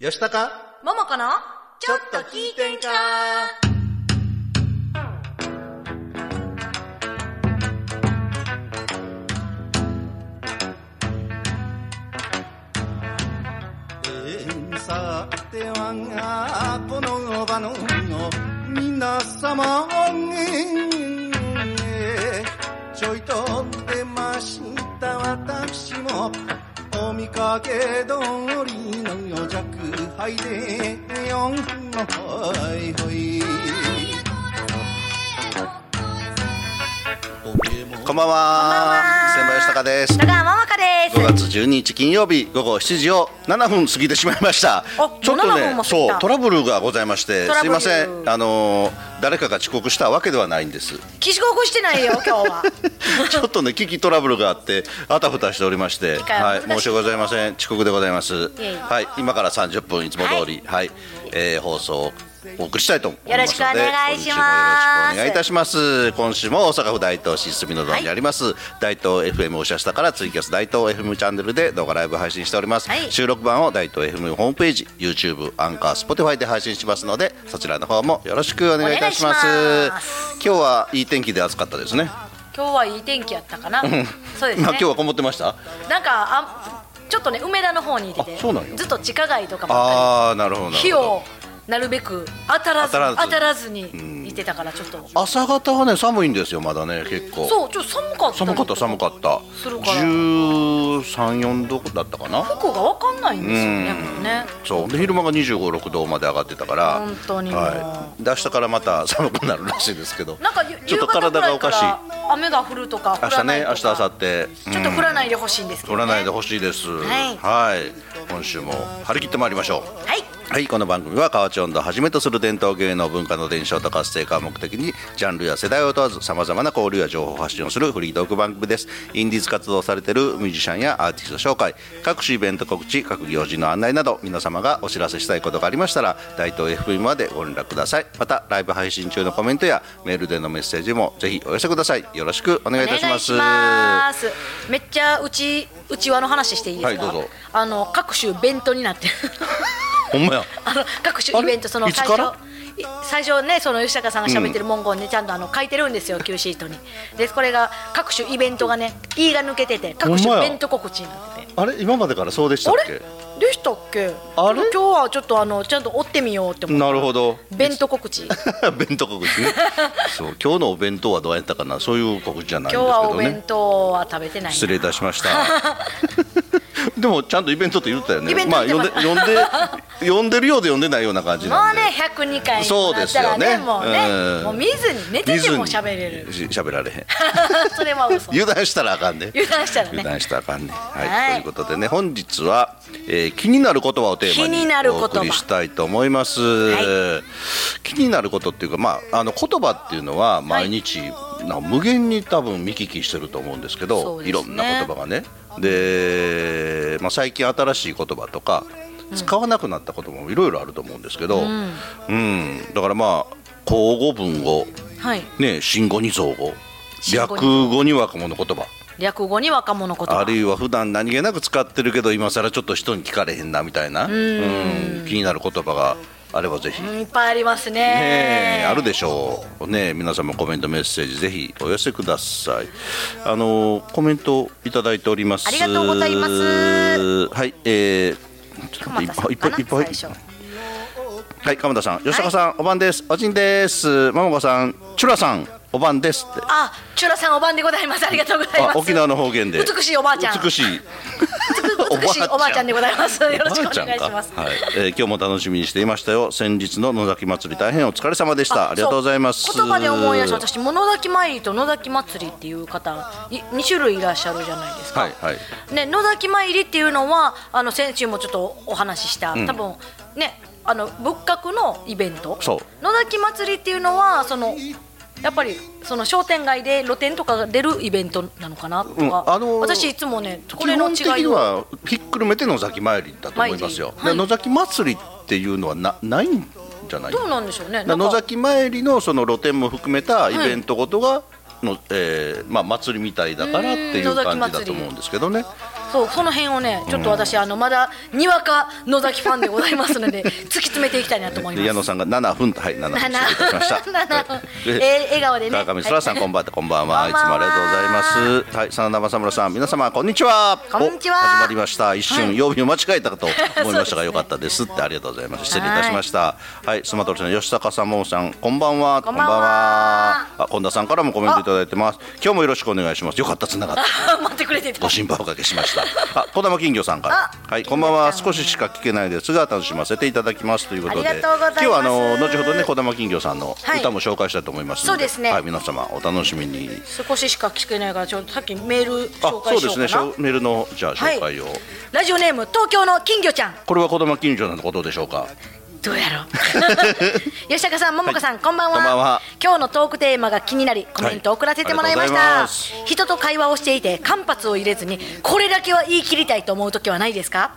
よしたかももこのちょっと聞いてんかえーさてはこの場の皆様えーちょいと出ました私もお見かけ通りの弱敗で四のほいほいこんばんは。千葉吉高です。野川ももこです5月12日金曜日午後7時を7分過ぎてしまいましたあちょっもとう7分ねも過ぎたそうトラブルがございましてトラすブいルませんあのー誰かが遅刻したわけではないんです岸高校してない よ今日はちょっとね危機トラブルがあってあたふたしておりまして会ははい難しい申し訳ございません遅刻でございますえいえはい今から30分いつも通りはい、えー放送をお送りしたいと思いますのでよろしくお願いします今週もよろしくお願いいたします今週も大阪府大東市住の堂にあります、大東 FM おしゃしたからツイキャス大東 FM チャンネルで動画ライブ配信しております、はい収録版を大東 FM ホームページ YouTube アンカー Spotify で配信しますのでそちらの方もよろしくお願いいたしますお願いしま今日はいい天気で暑かったですね今日はいい天気やったかなそうですねまあ今日はこもってましたなんかあちょっとね梅田の方にいててあそうなんやずっと地下街とかばっかああなるほりどな火るほどをなるべく当たらず当たらず当たらずにいてたからちょっと朝方はね寒いんですよまだね結構そうちょっと寒かった寒かった寒かったするから134度だったかな服がわかんないんですよねうんもうねそうで昼間が2 5 6度まで上がってたから本当にもうはい、で明日からまた寒くなるらしいですけどなんかゆちょっと体がおかしい夕方ぐらいから雨が降るとか明降ら日なねいとか明日明後日ちょっと降らないでほしいんですけど、降ね、らないでほしいですはいはい、今週も張り切ってまいりましょうはいはい、この番組は河内音頭をはじめとする伝統芸能文化の伝承と活性化を目的にジャンルや世代を問わずさまざまな交流や情報を発信をするフリートーク番組ですインディーズ活動をされているミュージシャンやアーティスト紹介各種イベント告知各行事の案内など皆様がお知らせしたいことがありましたら大東 FM までご連絡くださいまたライブ配信中のコメントやメールでのメッセージもぜひお寄せくださいよろしくお願いいたしますお願いしますめっちゃうちうちわの話していいですか、はいどうぞあの各種弁当になってる ほんまやあの各種イベントあれそのいつ最から初い最初ねその吉高さんが喋ってる文言ねちゃんとあの書いてるんですよ Q シートにでこれが各種イベントがね E が抜けててほん各まや種イベント告知になっててあれ今までからそうでしたっあれけでしたっけあれ今日はちょっとあのちゃんと追ってみようって思ってなるほど弁当告 知弁当告知ねそう今日のお弁当はどうやったかなそういう告知じゃないんで今す日けはおど弁ね当は食べてないな失礼いたしました でもちゃんとイベントって言ったよねイベントまっあて呼んで呼んで呼んでるようで呼んでないような感じもなうんでね102回にそうなでっすたらよねねもうねうんもう見ずに寝てても喋れる見ずにし喋られへん それは 嘘油断したらあかんね油断したらね油断したらあかんねはい、はいということでね本日は、えー気になる言葉をテーマ気になるに言お葉送りしたいと思います、は気になることっていうかまああの言葉っていうのは毎日、なんか無限に多分見聞きしてると思うんですけそどうですねいろんな言葉がねで、まあ、最近新しい言葉とか使わなくなったこともいろいろあると思うんですけど、うんだからまあ口語文語はいね、新語に造語新語に略語に若者言葉略語に若者言葉あるいは普段何気なく使ってるけど今更ちょっと人に聞かれへんなみたいなうん気になる言葉があればぜひ、うんいっぱいありますねねえあるでしょうねえ皆さんもコメントメッセージぜひお寄せくださいあのコメントいただいておりますありがとうございますはいえー、ちょっと鎌待田っさてんいっぱいいっぱいいっぱかない最初はい鎌田さん吉高さん、おばんですおじんですまもこさんチュラさんおばんですってあチュラさんおばんでございますありがとうございまあす沖縄の方言で美しいおばあちゃん美しい美しいおばあちゃんでございます よろしくお願いしますおばあちゃんかはい、えー今日も楽しみにしていましたよ先日の野崎祭り大変お疲れ様でしたありがとうございますそう言葉で思い出した私物野崎参りと野崎祭りっていう方い2種類いらっしゃるじゃないですか、はいはいね、野崎参りっていうのはあの先週もちょっとお話しした、多分ねあの仏閣のイベントそう野崎祭りっていうのはそのやっぱりその商店街で露店とかが出るイベントなのかなとか、うんあのー私いつもねこ基れの本的違いにをはひっくるめて野崎参りだと思いますよ、参りはいで野崎祭りっていうのはなないんじゃないどうなんでしょうねなだんか野崎参りのその露店も含めたイベントごとがの、えーまあ、祭りみたいだからっていううん野崎感じ祭りだと思うんですけどねそうその辺をねちょっと私、あのまだにわか野崎ファンでございますので 突き詰めていきたいなと思いでま矢す野。さんが7分とはい7分七失礼いたしました 七分えーえー笑顔でね川上そらさん、はいこんばんはこんばんはいつもありがとうございますはい真田正村さん皆様こんにちはこんにちはお始まりました一瞬、はい曜日を間違えたかと思いましたそうですが、ねよかったですってありがとうございます失礼いたしましたはいスマトルの吉高さんもさんこんばんはこんばんはこんばんはあ本田さんからもコメントいただいてます今日もよろしくお願いしますよかったつながった 待ってくれてたご。心配おかけしました。 あ、小玉金魚さんから。あはい、こんばんは。金魚ちゃ少んししか聞けないですが、楽しませていただきますということで。ありがとうございます今日はあの、後ほどね、小玉金魚さんのはい歌も紹介したいと思いますので。そうですねはい、皆様、お楽しみに。少ししか聞けないからちょっとさっきメールあ紹、そ介うしでようすかなね。しょメールの、じゃあ、紹介を。はい、ラジオネーム東京の金魚ちゃんこれは小玉金魚のことでしょうか。どうやろう 吉高さん、ももこさん、はいこんばんはこんばんは今日のトークテーマが気になりコメントを送らせてもらいました、はいありがとうございます人と会話をしていて間髪を入れずにこれだけは言い切りたいと思う時はないですか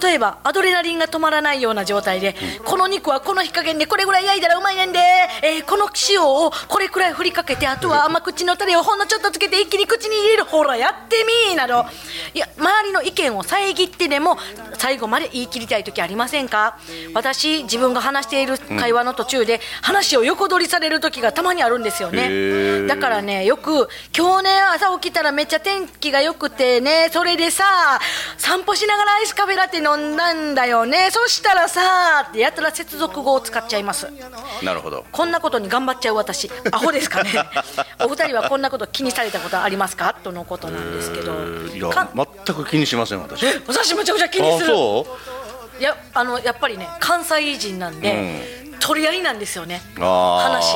例えばアドレナリンが止まらないような状態で、この肉はこの火加減でこれぐらい焼いたらうまいねんで、えーこの塩をこれくらい振りかけてあとは甘口のタレをほんのちょっとつけて一気に口に入れるほらやってみーなどいや周りの意見を遮ってでも最後まで言い切りたい時ありませんか私自分が話している会話の途中で話を横取りされる時がたまにあるんですよへねーだからねよく今日ね朝起きたらめっちゃ天気が良くてねそれでさ散歩しながらアイスカフェラテ飲んだんだよねそしたらさってやたら接続語を使っちゃいますなるほど。こんなことに頑張っちゃう私アホですか ねお二人はこんなこと気にされたことありますかとのことなんですけどいかや、全く気にしません、私。あ、私めちゃくちゃ気にするそいやあのやっぱりね関西人なんで、取り合いなんですよね話あ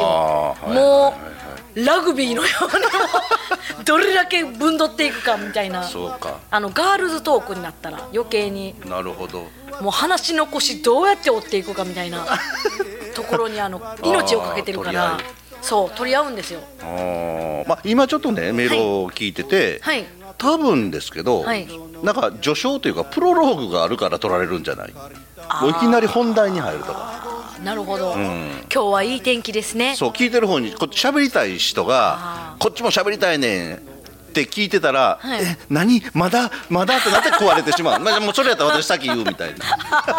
を、ーはいもうラグビーのようにもう どれだけぶんどっていくかみたいなそうかあのガールズトークになったら余計にう。なるほど。もう話の腰どうやって追っていくかみた いなところにあの命をかけてるからあー取りそう取り合うんですよあーまあ、今ちょっとねメールを聞いてて、はい多分ですけど、はいなんか序章というかプロローグがあるから取られるんじゃないもういきなり本題に入るとかあなるほど、今日はいい天気ですねそう聞いてる方にこっち喋りたい人あがこっちも喋りたいねんって聞いてたら、はいえ何まだまだってなって食われてしまう まあもうそれやったら私先言うみたいな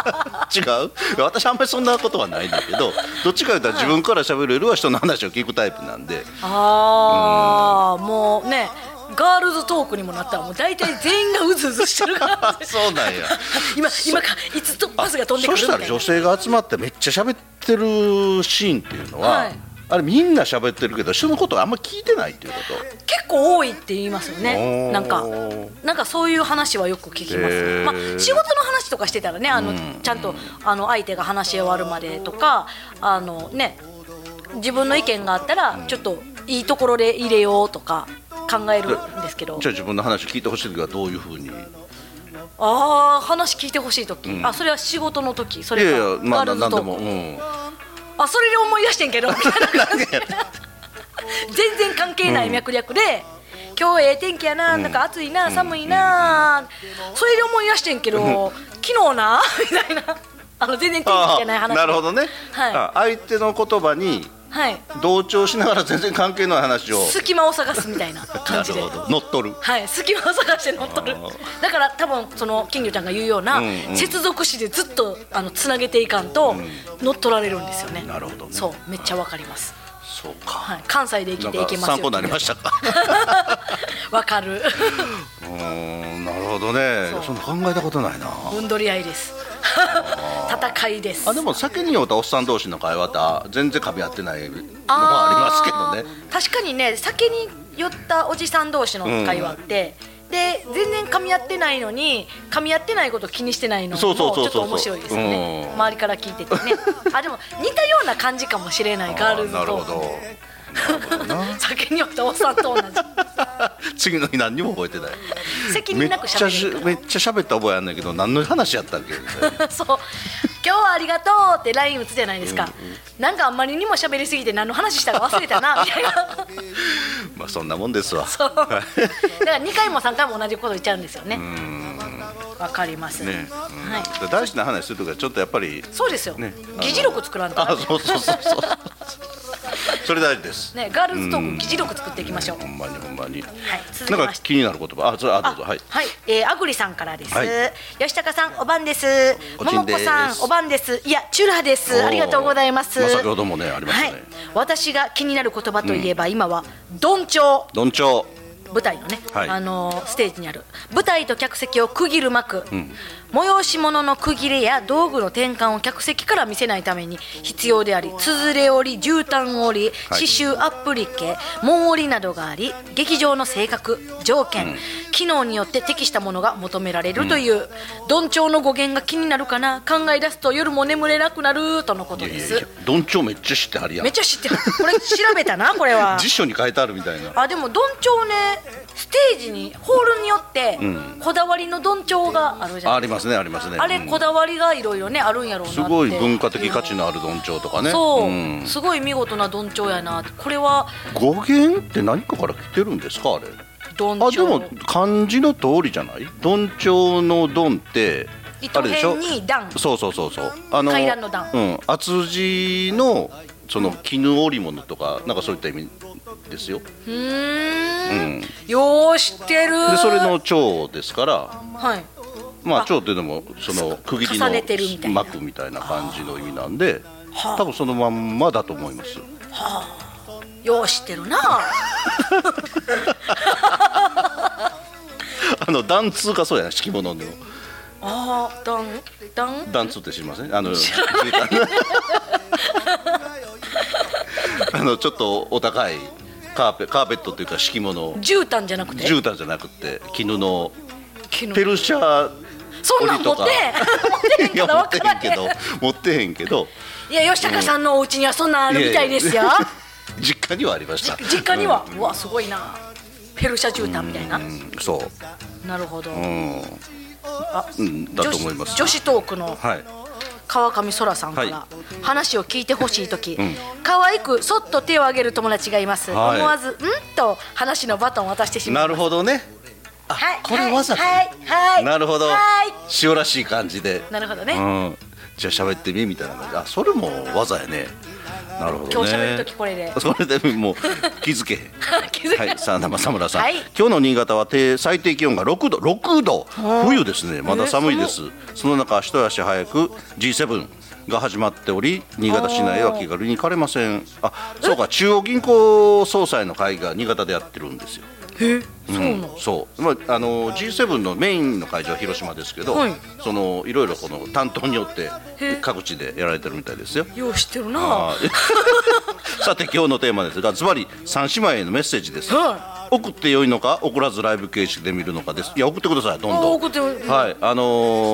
違う私あんまりそんなことはないんだけどどっちか言ったら自分から喋るよりは人の話を聞くタイプなんでああ、もうねガールズトークにもなったらもう大体全員がうずうずしてるからあ そうなんや。今今かいつとパスが飛んでくるそみしたたいらな女性が集まってめっちゃ喋ってるシーンっていうのは、はいあれみんな喋ってるけど人のことあんま聞いてないっていうこと結構多いって言いますよおねーなんかなんかそういう話はよく聞きます、へーまあ、仕事の話とかしてたらねあの、ちゃんとあの相手が話し終わるまでとかあのね自分の意見があったらちょっといいところで入れようとか考えるんですけどじゃあ自分の話聞いてほしい時はどういうふうにいああ話聞いてほしい時、あそれは仕事の時そやれいがやまあガーなルなズトんでークも、うん、あそれで思い出して んけどみたいな感じで全然関係ない脈略で、今日ええ天気やななんか暑いな、寒いな、それで思い出してんけど、昨日な みたいなあの全然天気あじゃないあ話なるほどね、はいあ相手の言葉にはい同調しながら全然関係ない話を隙間を探すみたいなな感じでるほど乗っ取るはい、隙間を探して乗っ取るあだから多分その金魚ちゃんが言うような、うんうん接続詞でずっとあのつなげていかんと、乗っ取られるんですよねなるほどねそうめっちゃわかります、そうか、はい、関西で生なきんていかけますよ参考になりましたか わかるうーんなるほどねそうそんな考えたことないなうんどり合いです戦いですあでも酒に酔ったおっさん同士の会話ってあ全然噛み合ってないのはありますけどねあー確かにね酒に酔ったおじさん同士の会話って、で全然噛み合ってないのに噛み合ってないこと気にしてないのもちそょうそうそうそうっと面白いですよねうん周りから聞いて てねあでも似たような感じかもしれないガールズあなるほとど 酒に酔ったおっさんと同じ 次の日何にも覚えてない責め任っちなく喋ゃしるからめっちゃ喋った覚えあんねんけど何の話やったっけ そう今日はありがとうって LINE 打つじゃないですか、なんかあんまりにも喋りすぎて何の話したか忘れたなみたいなまあそんなもんですわそうだから2回も3回も同じこと言っちゃうんですよねわかります、ね、うんはい、大事な話するとかちょっとやっぱりそうですよ、ね 議事録作らんとあそうそうそうそうそれ大事です。ね、ガールズトーク議事録作っていきましょう。ほはい、んまにほんまに。続なきんまかして。気になる言葉、あ、それあどうぞあはい。はい、えー、あぐりさんからです。はい吉高さん、おばんです。こもちんもでこすさん、おばんです。いや、チュラです。おーありがとうございます。まあ先ほどもねありましたねはい、私が気になる言葉といえば、今はどんちょう。どんちょ舞台のね、はいあのーステージにある舞台と客席を区切る幕、催し物の区切れや道具の転換を客席から見せないために必要でありつづれ織り絨毯織りはい刺繍アプリケ紋織りなどがあり劇場の性格条件、機能によって適したものが求められるという、どんちょうの語源が気になるかな考え出すと夜も眠れなくなるとのことう。いやでいやすいや、どんちょうめっちゃ知ってはるやんめっ。ちゃ知ってるこれ調べたなこれ は辞書に書いてあるみたいな。あでもどんちょうねステージにホールによってこだわりのどんちょうがあるじゃあなあいでりますねありますすね。か、あれうんこだわりがいろいろねあるんやろうなってすごい文化的価値のあるどんちょうとかね。そう、んすごい見事などんちょうやなこれは語源って何かから来てるんですかあれ。どあんちでょもう漢字の通りじゃない？どんちょうのどんってあ糸れでしょ辺？に段そうそうそうそう。あの階段の段うん厚地のその絹織物とかなんかそういった意味ですよ。うーんうん。でよう知ってるそれの蝶ですから。はいまああ蝶っていうのもその区切り重ねてるみたのいな幕みたいな感じの意味なんではあ多分そのまんまだと思いますよう知ってるなあの段通がそうやな敷物のあー段段段通って知りませ んあのあのちょっとお高いカーペカーペットというか敷物絨毯じゃなくて絨毯じゃなくて絹の絹ペル シャそんなん持って持ってへんいかやら持っ分てからへんんけけどど持ってへんけどいや吉高さんのお家にはそんなんあるみたいですよいやいや実家にはありました実家には、うわすごいなペルシャ絨毯みたいな、うんそうなるほど、うんあうんだと思います女子女子トークのはい川上空さんから、は話を聞いてほしい時、ん可愛くそっと手を挙げる友達がいます、はい思わず「ん?」と話のバトンを渡してしまなうるほどね。あはいこれわざと、はいはいはいなるほどはい。塩らしい感じで。なるほどねうん。じゃあ喋ってみみたいな感じ。あ、それも技やね。なるほどね。今日喋る時これでそれでもう気づけへん。 気づかはないい、さあ生田村さん、はい今日の新潟は低最低気温が6度6度冬ですねまだ寒いです、その中一足早く G7 が始まっており新潟市内は気軽に行かれませんあそうか中央銀行総裁の会議が新潟でやってるんですようん、そう、まあ、あの G7 のメインの会場は広島ですけど、はいそのいろいろこの担当によってへえ各地でやられてるみたいですよ。よう知ってるなあー さて今日のテーマですがズバリ三姉妹へのメッセージです、は送ってよいのか送らずライブ形式で見るのかですいや送ってくださいどんあどん送ってうんはいあの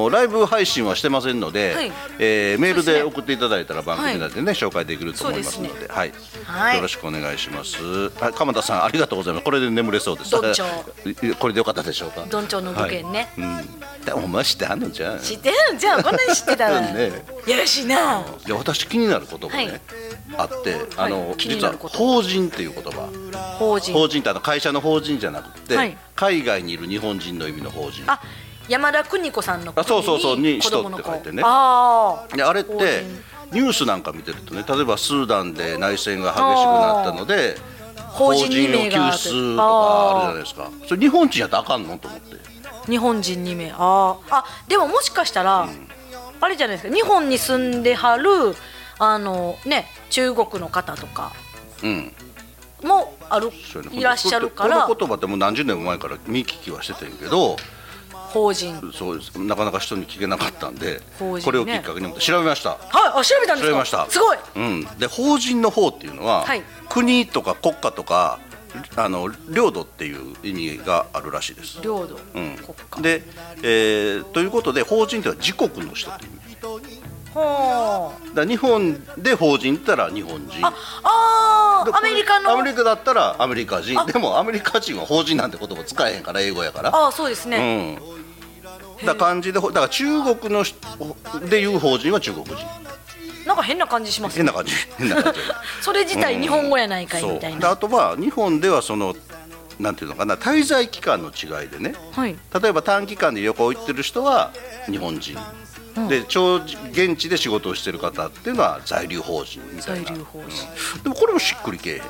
ーライブ配信はしてませんので、はいえーメールそうでですね送っていただいたら番組内でね、紹介できると思いますのそうでではい、はいよろしくお願いしますはい鎌田さんありがとうございますこれで眠れそうですどんちょ これでよかったでしょうかどんちょうの語源ねはいうんでお前知ってはんのじゃん知ってるんじゃんこんなに知ってたら、 ねやらしいないや私気になることがね、はいあってあの、気に実なはること法人っていう言葉法人法人ってあの会社の法人じゃなくて、はい海外にいる日本人の意味の法人あ山田邦子さんのあそうそうそう国に子供の人って書いてねああであれっ法て人ニュースなんか見てるとね例えばスーダンで内戦が激しくなったので法人2を名救が出とかあるじゃないですかそれ日本人やったらあかんのと思って日本人2名あーあでももしかしたら、あれじゃないですか日本に住んではるあのね中国の方とかうんもあるそうやねいらっしゃるかこらの言葉ってもう何十年も前から見聞きはしててんけど法人はいそうですなかなか人に聞けなかったんで、法人ねこれをきっかけに思って調べましたあ調べたんですか調べましたすごい、うん、で法人の方っていうのは、はい国とか国家とかあの領土っていう意味があるらしいです、領土、うん国家で、えーということで法人というのは自国の人っていう意味ほーだから日本で法人って言ったら日本人ああでーアメリカのアメリカだったらアメリカ人あでもアメリカ人は法人なんて言葉使えへんから英語やからああそうですね、うんだから漢字でほだから中国の人でいう法人は中国人なんか変な感じします変な感じ変な感じそれ自体日本語やないかいそうみたいでな、あとは日本ではそのなんていうのかな滞在期間の違いでねはい例えば短期間で旅行行ってる人は日本人で長現地で仕事をしてる方っていうのは在留邦人みたいな在留邦人うんでもこれもしっくりけえへんと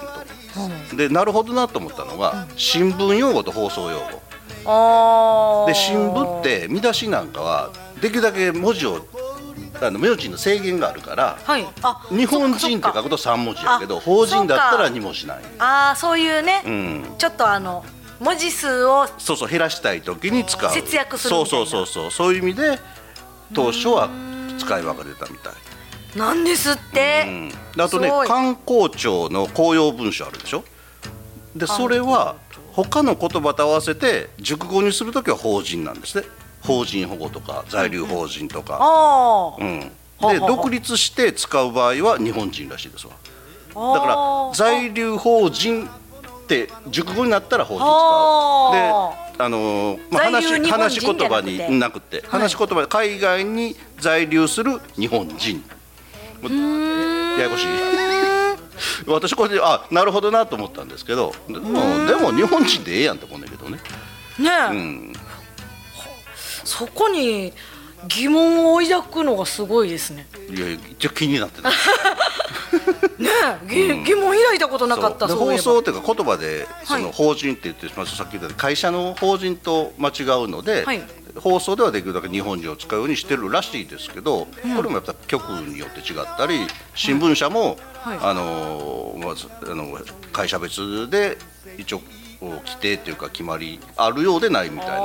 思う、でなるほどなと思ったのが、新聞用語と放送用語あーで新聞って見出しなんかはできるだけ文字をあの名字の制限があるからはいあ日本人って書くと3文字やけど法人だったら2文字なんやああそういうね、んちょっとあの文字数をそうそう減らしたい時に使う節約するみたいなそうそうそうそうそういう意味で当初は使い分かれたみたいなんですって、うん、であとねすごい観光庁の公用文書あるでしょでそれは他の言葉と合わせて熟語にする時は法人なんですね法人保護とか在留法人とか、あー、うん、でほうほうほう独立して使う場合は日本人らしいですわあだからー在留法人って熟語になったら法人あ使うであのーまあ、在留話日本話し人言じゃ葉なくてになくて話し言葉で海外に在留する日本人、もうややこしい 私これであなるほどなと思ったんですけどでもでも日本人でええやんって思うんだけどね、ねえ、うん、そこに疑問を抱くのがすごいですね。 いや一応気になってたねえ、ぎ疑問抱いたことなかった。そうそういえばで放送っていうか言葉でそはのい法人って言ってしまうとさっき言ったように会社の法人と間違うので、はい放送ではできるだけ日本人を使うようにしてるらしいですけど、これもやっぱ局によって違ったり新聞社も、はいあのーまずあの会社別で一応こう規定というか決まりあるようでないみたいなああ、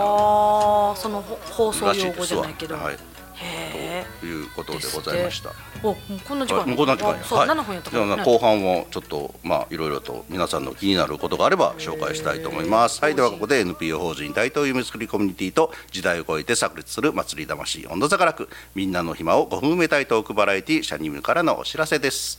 そのほ放送らし用いで語すじゃわ。ないけど。はいへえ。ということでございました。お、もうこんな時間。はいもうこんな時間やあそう、7分やったじかゃらあなね。後半をちょっとまあいろいろと皆さんの気になることがあれば紹介したいと思いますはいではここで NPO 法人大東夢作りコミュニティと時代を超えて炸裂する祭り魂温度差が楽みんなの暇を5分埋めたいトークバラエティシャニムからのお知らせです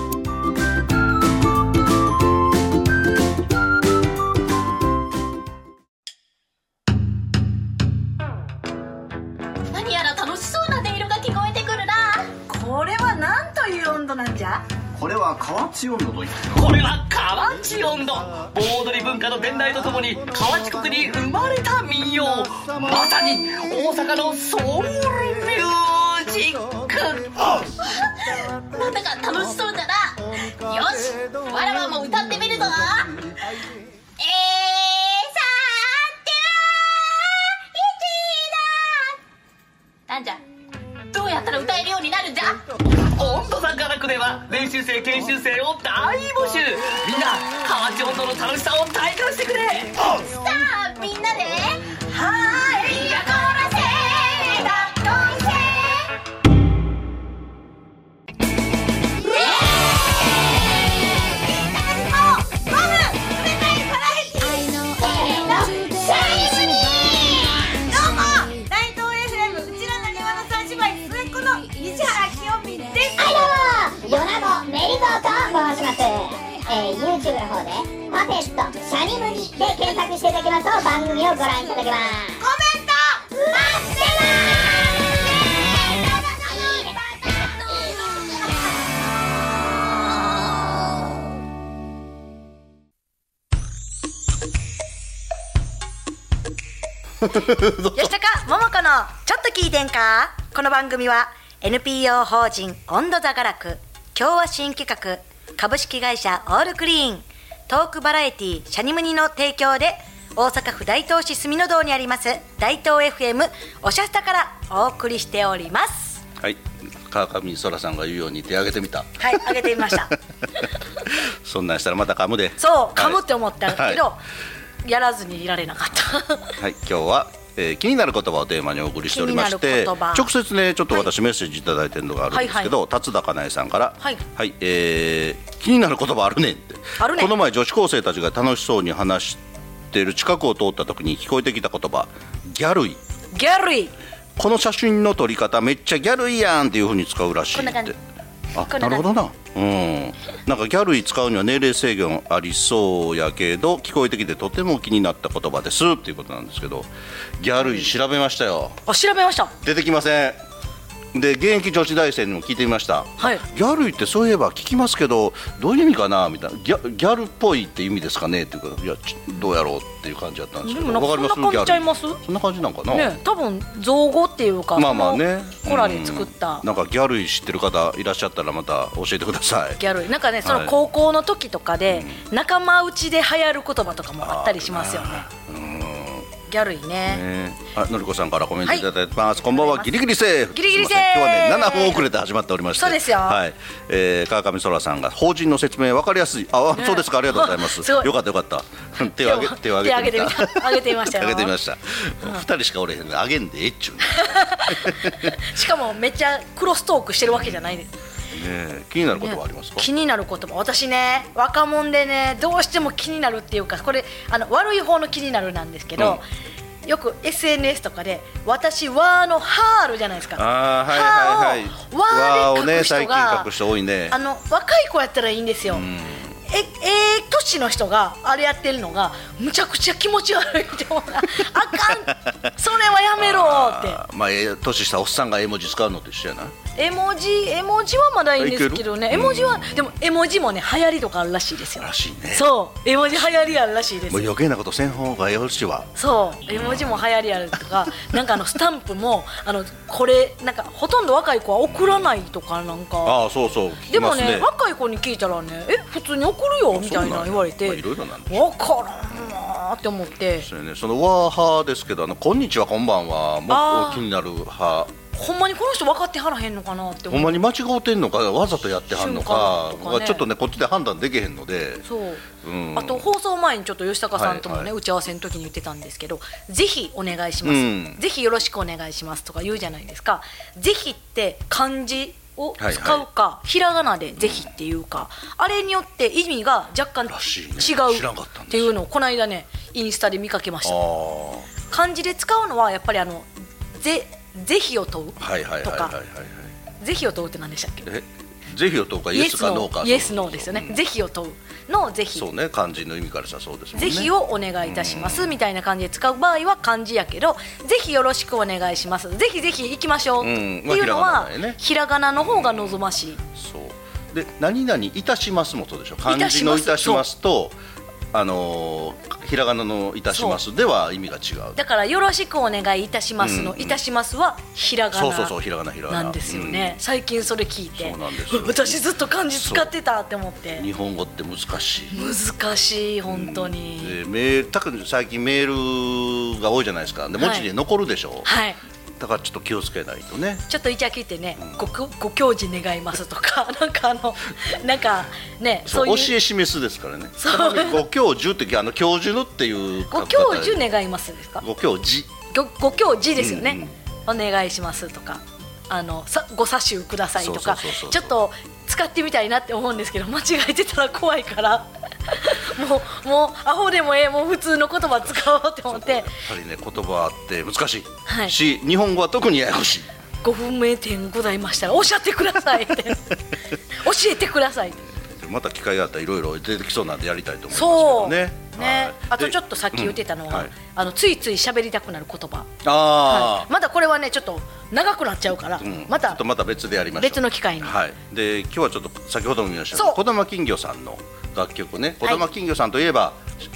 何やら楽しそうな音色が聞こえてくるなこれはなんという温度なんじゃ。これは河内温度といってこれは河内音頭盆踊り文化の伝来とともに河内国に生まれた民謡まさに大阪のソウルミュージックなんだか楽しそうだなよしわらわも歌ってみるぞえー、さては、いちだなんじゃどうやったら歌えるようになるんじゃ音頭さんからくでは練習生研修生を大募集みんな河内音頭の楽しさを体感してくれさあみんなではーいやこらせだっこいせヨナボメリゾーと申します、えー、YouTube の方で「パペットシャニムニ」で検索していただきますと番組をご覧いただけますコメント待って吉高桃子のちょっと聞いてんかこの番組は NPO 法人温度座がらく共和新企画株式会社オールクリーントークバラエティシャニムニの提供で大阪府大東市住の堂にあります大東 FM おしゃスタからお送りしておりますはい川上そらさんが言うように手挙げてみたはい上げてみました そんなんしたらまた噛むでそうかはいむって思ったけど、はやらずにいられなかったはい、今日は、えー気になる言葉をテーマにお送りしておりまし気になてる言葉直接ねちょっと私メッセージいただいてるのがあるんですけど、辰田かなえさんから「はいえー気になる言葉あるね」ってあるねこの前女子高生たちが楽しそうに話してる近くを通った時に聞こえてきた言葉「ギャルイ」ギャルイこの写真の撮り方めっちゃギャルイやんっていうふうに使うらしいこんなっ感てじ。あこれなるほどなうんなんかギャルイ使うには年齢制限ありそうやけど聞こえてきてとても気になった言葉ですっていうことなんですけどギャルイ調べましたよあ調べました出てきませんで現役女子大生にも聞いてみました、はいギャルイってそういえば聞きますけどどういう意味かなみたいなギャギャルっぽいって意味ですかねっていうかいやちどうやろうっていう感じだったんですでけどもなんかわそんな感じちゃいますギャルイそんな感じなんかな、ね多分造語っていうかまあまあねそのコラで作った、うんなんかギャルイ知ってる方いらっしゃったらまた教えてくださいギャルいなんかねそはのい高校の時とかで、仲間内で流行る言葉とかもあったりしますよねギャルいねねあのりこさんからコメントいただいてます、こんばんはギリギリセーフギリギリセーフすいません今日はね7分遅れて始まっておりましてそうですよはい、えー、川上そらさんが法人の説明わかりやすいあ、そうですかありがとうございます すごいよかったよかった手を挙げ手を挙げてみ手を挙げてみたた挙げてみましたよ挙げてみました二、人しかおれへんのあげんでええっちゅうねしかもめっちゃクロストークしてるわけじゃないです、ねね気になることはありますか、気になる言葉私ね若者でねどうしても気になるっていうかこれあの悪い方の気になるなんですけど、よく SNS とかで私はのハールじゃないですかああはいはいはいはーわーををわーで書ねく最人近書がく人多いねあの若い子やったらいいんですよ。えええ年の人があれやってるのがむちゃくちゃ気持ち悪いって思うなあかんそれはやめろっあーまあええ年したおっさんが絵文字使うのと一緒やなて絵文字絵文字はまだいいんですけどねいけ絵る文字はでも絵文字もね流行りとかあるらしいですよらしいねそう絵文字流行りあるらしいですもうよ余計なことせん方がよろしいわそう絵文字も流行りあると かなんかあのスタンプもあのこれなんかほとんど若い子は送らないとかなんかああそうそう聞きでもますねね若い子に聞いたらねえ普通に送るよみたいな言われて、まあわいろいろなんで分からんなーって思ってそうよねそのわーはーですけどあのこんにちはこんばんはもあっとー気になるはほんまにこの人分かってはらへんのかなってほ思んっまに間違うてんのかわざとやってはんのか瞬間とかねちょっとねこっちで判断できへんのでてそう、うんあと放送前にちょっと吉高さんともね、はいはい打ち合わせの時に言ってたんですけど「ぜひお願いします」うんぜひよろしくお願いします」とか言うじゃないですか「ぜひ」って漢字を使うか、ひらがなで「ぜひ」っていうか、あれによって意味が若干らしいね違知うらんかったんっですてよいうのをこの間ねインスタで見かけましあた。あ漢字で使うのはやっぱりあのぜぜひを問うとか、はいはいはいはいはいはいぜひを問うって何でしたっけえぜひをとうかイエスかノーかイエスノーですよね、ぜひを問うのぜひ、そうね漢字の意味からしたらそうですもんぜねひをお願いいたしますみたいな感じで使う場合は漢字やけどぜひよろしくお願いしますぜひぜひ行きましょう、うんっていうのまはあひらがなだよねひらがなの方が望ましい、そうで何々いたしますもそうでしょ漢字のいいたたししまますとあのーひらがなのいたしますでは意味が違うだからよろしくお願いいたしますの、いたしますはひらがなそうそうそうひらがなひらがななんですよね、最近それ聞いてそうなんですよ私ずっと漢字使ってたって思って日本語って難しい難しい本当に、でメール特に最近メールが多いじゃないですかではい文字に残るでしょ、はいだからちょっと気をつけないとねちょっとイチャ聞いてね、ごきょご教示願いますとか なんかあのなんかねそそうういう教え示すですからねそうたまにご教授ってあの教授のっていうご書き教方授願いますですかご教授ごご教示ですよね、お願いしますとかあのさご差しくださいとかそうそうそうそうちょっと使ってみたいなって思うんですけど間違えてたら怖いから もうもうアホでもええもう普通の言葉使おうって思ってやっぱりね言葉って難しい、はいし日本語は特にややこしいご不明点ございましたらおっしゃってくださいって 教えてくださいってまた機会があったらいろいろ出てきそうなんでやりたいと思いますけそどうねはいあとちょっでとさっき言ってたのは、うんはいあのついつい喋りたくなる言葉、あはあい、まだこれはねちょっと長くなっちゃうから、うんまちょたっとまた別でやりましょう別の機会にはい、で今日はちょっと先ほども見ましたけそどう児玉金魚さんの楽曲ね児はい玉金魚さんといえば、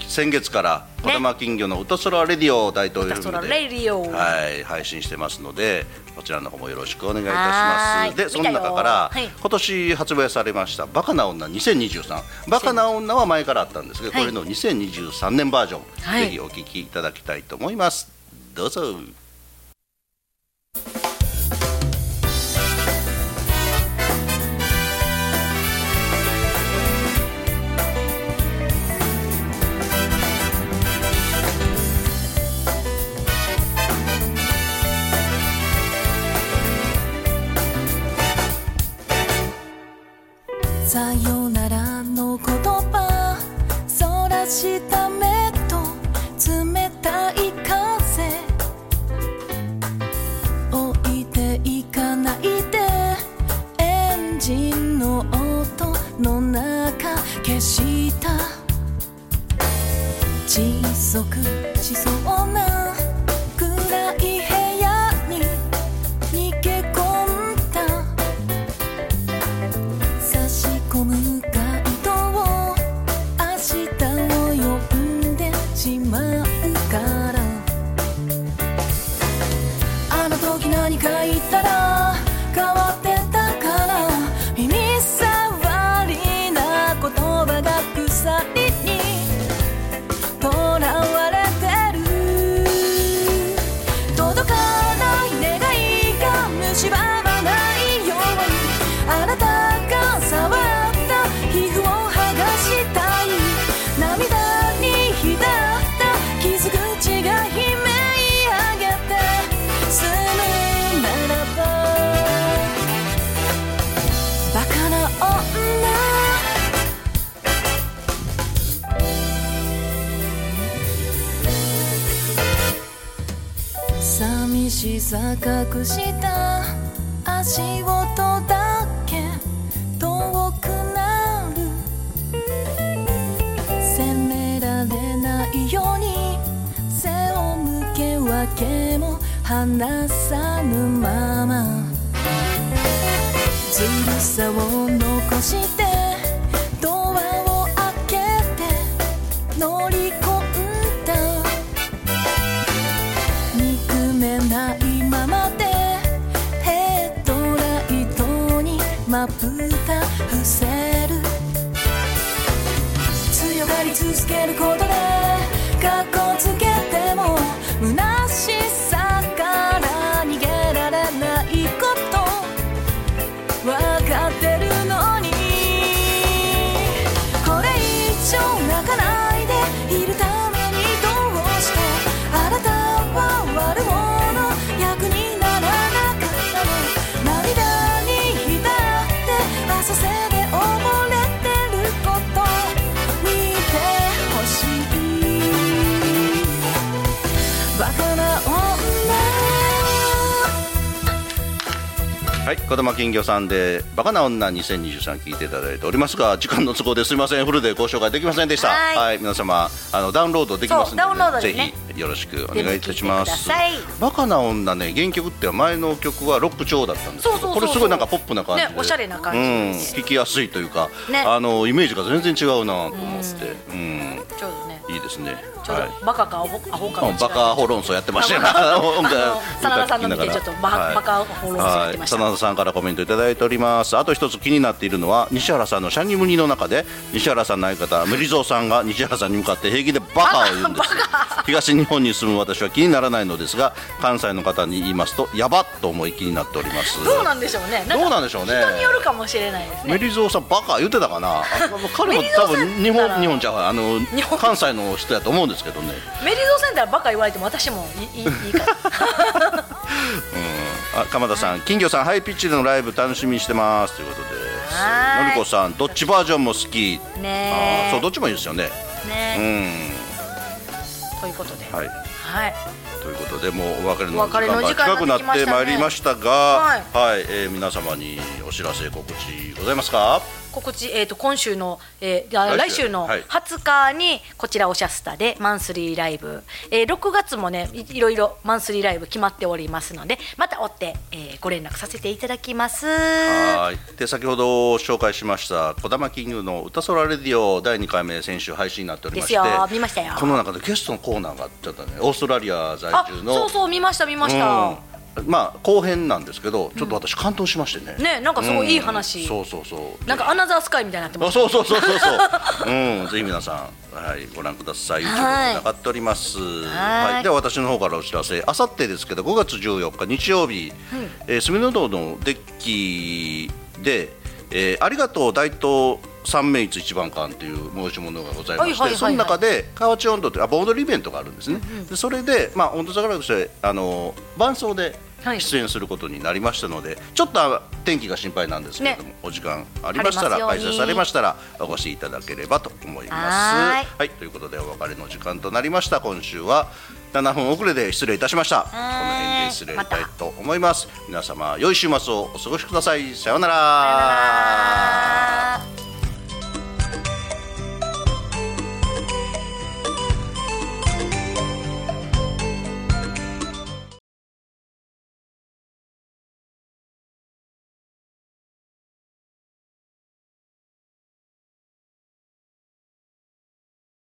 先月から児玉金魚の「ウトソラレディオ」を大統領ウトソラレディオはい、配信してますのでこちらの方もよろしくお願いいたしはまーすいでその中から、見たよはい今年発売されました「バカな女2023」バカな女は前からあったんですけど、はいこれの2023年バージョン、はいぜひお聴きいただきたいと思いますどうぞさよならの言葉そらした目と冷たい風置いていかないでエンジン窒息しそうな暗い部屋に逃げ込んだ差し込む街灯を明日を呼んでしまうからあの時何か言ったら変わってたから耳障りな言葉が鎖に囚われてる届かない願いが蝕まないようにあなたが触った皮膚を剥がしたい涙に浸った傷口が悲鳴上げて済むならばバカな女寂しさ隠した足音だけ遠くなる責められないように背を向けわけも離さぬままずるさを残してドアを開けて乗り込んだ憎めないままでヘッドライトにまぶた伏せる強がり続けることでかっこつけても虚しさから逃げられないことわかってるのにこれ以上泣かないでいるためにどうしてあなたは悪者役にならなかったの涙に浸って浅瀬で溺れてること見てほしいバカな女はい、子供金魚さんでバカな女2023聞いていただいておりますが、時間の都合ですみません、フルでご紹介できませんでした。ははいい、皆様あのダウンロードできますので、そうダウンロードでねぜひよろしくお願いいたしまぜひ聞いてすください。バカな女ね、原曲って前の曲はロック調だったんですけそうそうど、そうそこうれすごいなんかポップな感じで、ねおしゃれな感じうんで、聞きやすいというか、ねあのイメージが全然違うなと思って、うん、ちょうどねいいですね。ちょうはい。どバカかアホアホかの違いバカホ論争やってましたよ。音楽あの真田さんの見てちょっとバはいバカホ論争やってましたはい真田さんからコメントいただいております。あと一つ気になっているのは西原さんのシャニムニの中で西原さんの相方無理蔵さんが西原さんに向かって平気でバカを言う んですよ。東日本に住む私は気にならないのですが、関西の方に言いますとやばっと思い気になっております。どうなんでしょうねかどうなんでしょうね人によるかもしれないですメねリゾーさんバカ言ってたかな。あ彼も多分メリ日ゾーさんだったら本日本じゃないあの本関西の人やと思うんですけどね。メリゾーさんだったらバカ言われても私もいいいいいいからあ鎌田さん、金魚さん、ハイピッチでのライブ楽しみにしてますということです。はーいのりこさん、どっちバージョンも好き。ねえあーそう、どっちもいいですよね。うねん、ということでははい。いということで、もうお別れおの時別れの間が時間近くなってまいりましたが、ははいい、えー皆様にお知らせ告知ございますか？告知、えー、と今週の、えー、あ来来週週のはい20日にこちら「おしゃスタ」でマンスリーライブ、えー、6月もねいいろいろマンスリーライブ決まっておりますのでまた追って、えー、ご連絡させていただきます。はい。で先ほど紹介しました小玉キングの歌空レディオ第2回目先週配信になっておりまして、ですよ見ましたよこの中でゲストのコーナーがあっちゃったね。オーストラリア在あ住のそうそう見ました見ました、うんまあ後編なんですけどちょっと私感動しましてね、ねなんかすごいいい話うんそうそうそうなんかアナザースカイみたいになってまあすそうそうそうそうそううんぜひ皆さんはいご覧ください YouTube はいで上がっておりますはいはいでは私の方からお知らせあさってですけど5月14日日曜日、えー隅の堂のデッキで、えーありがとう大東三名一一番館という申し物がございまして、はいはいはいはいその中で河内温度というあ盆踊りイベントがあるんですね、でそれで、まあ、温度差がとしてあの伴奏ではい出演することになりましたので、ちょっとあ天気が心配なんですけれども、ねお時間ありましたあらります開ように催されましたらお越しいただければと思います。ははーいいということでお別れの時間となりました今週は7分遅れで失礼いたしましたこの辺で失礼したいと思います皆様良い週末をお過ごしくださいさようなら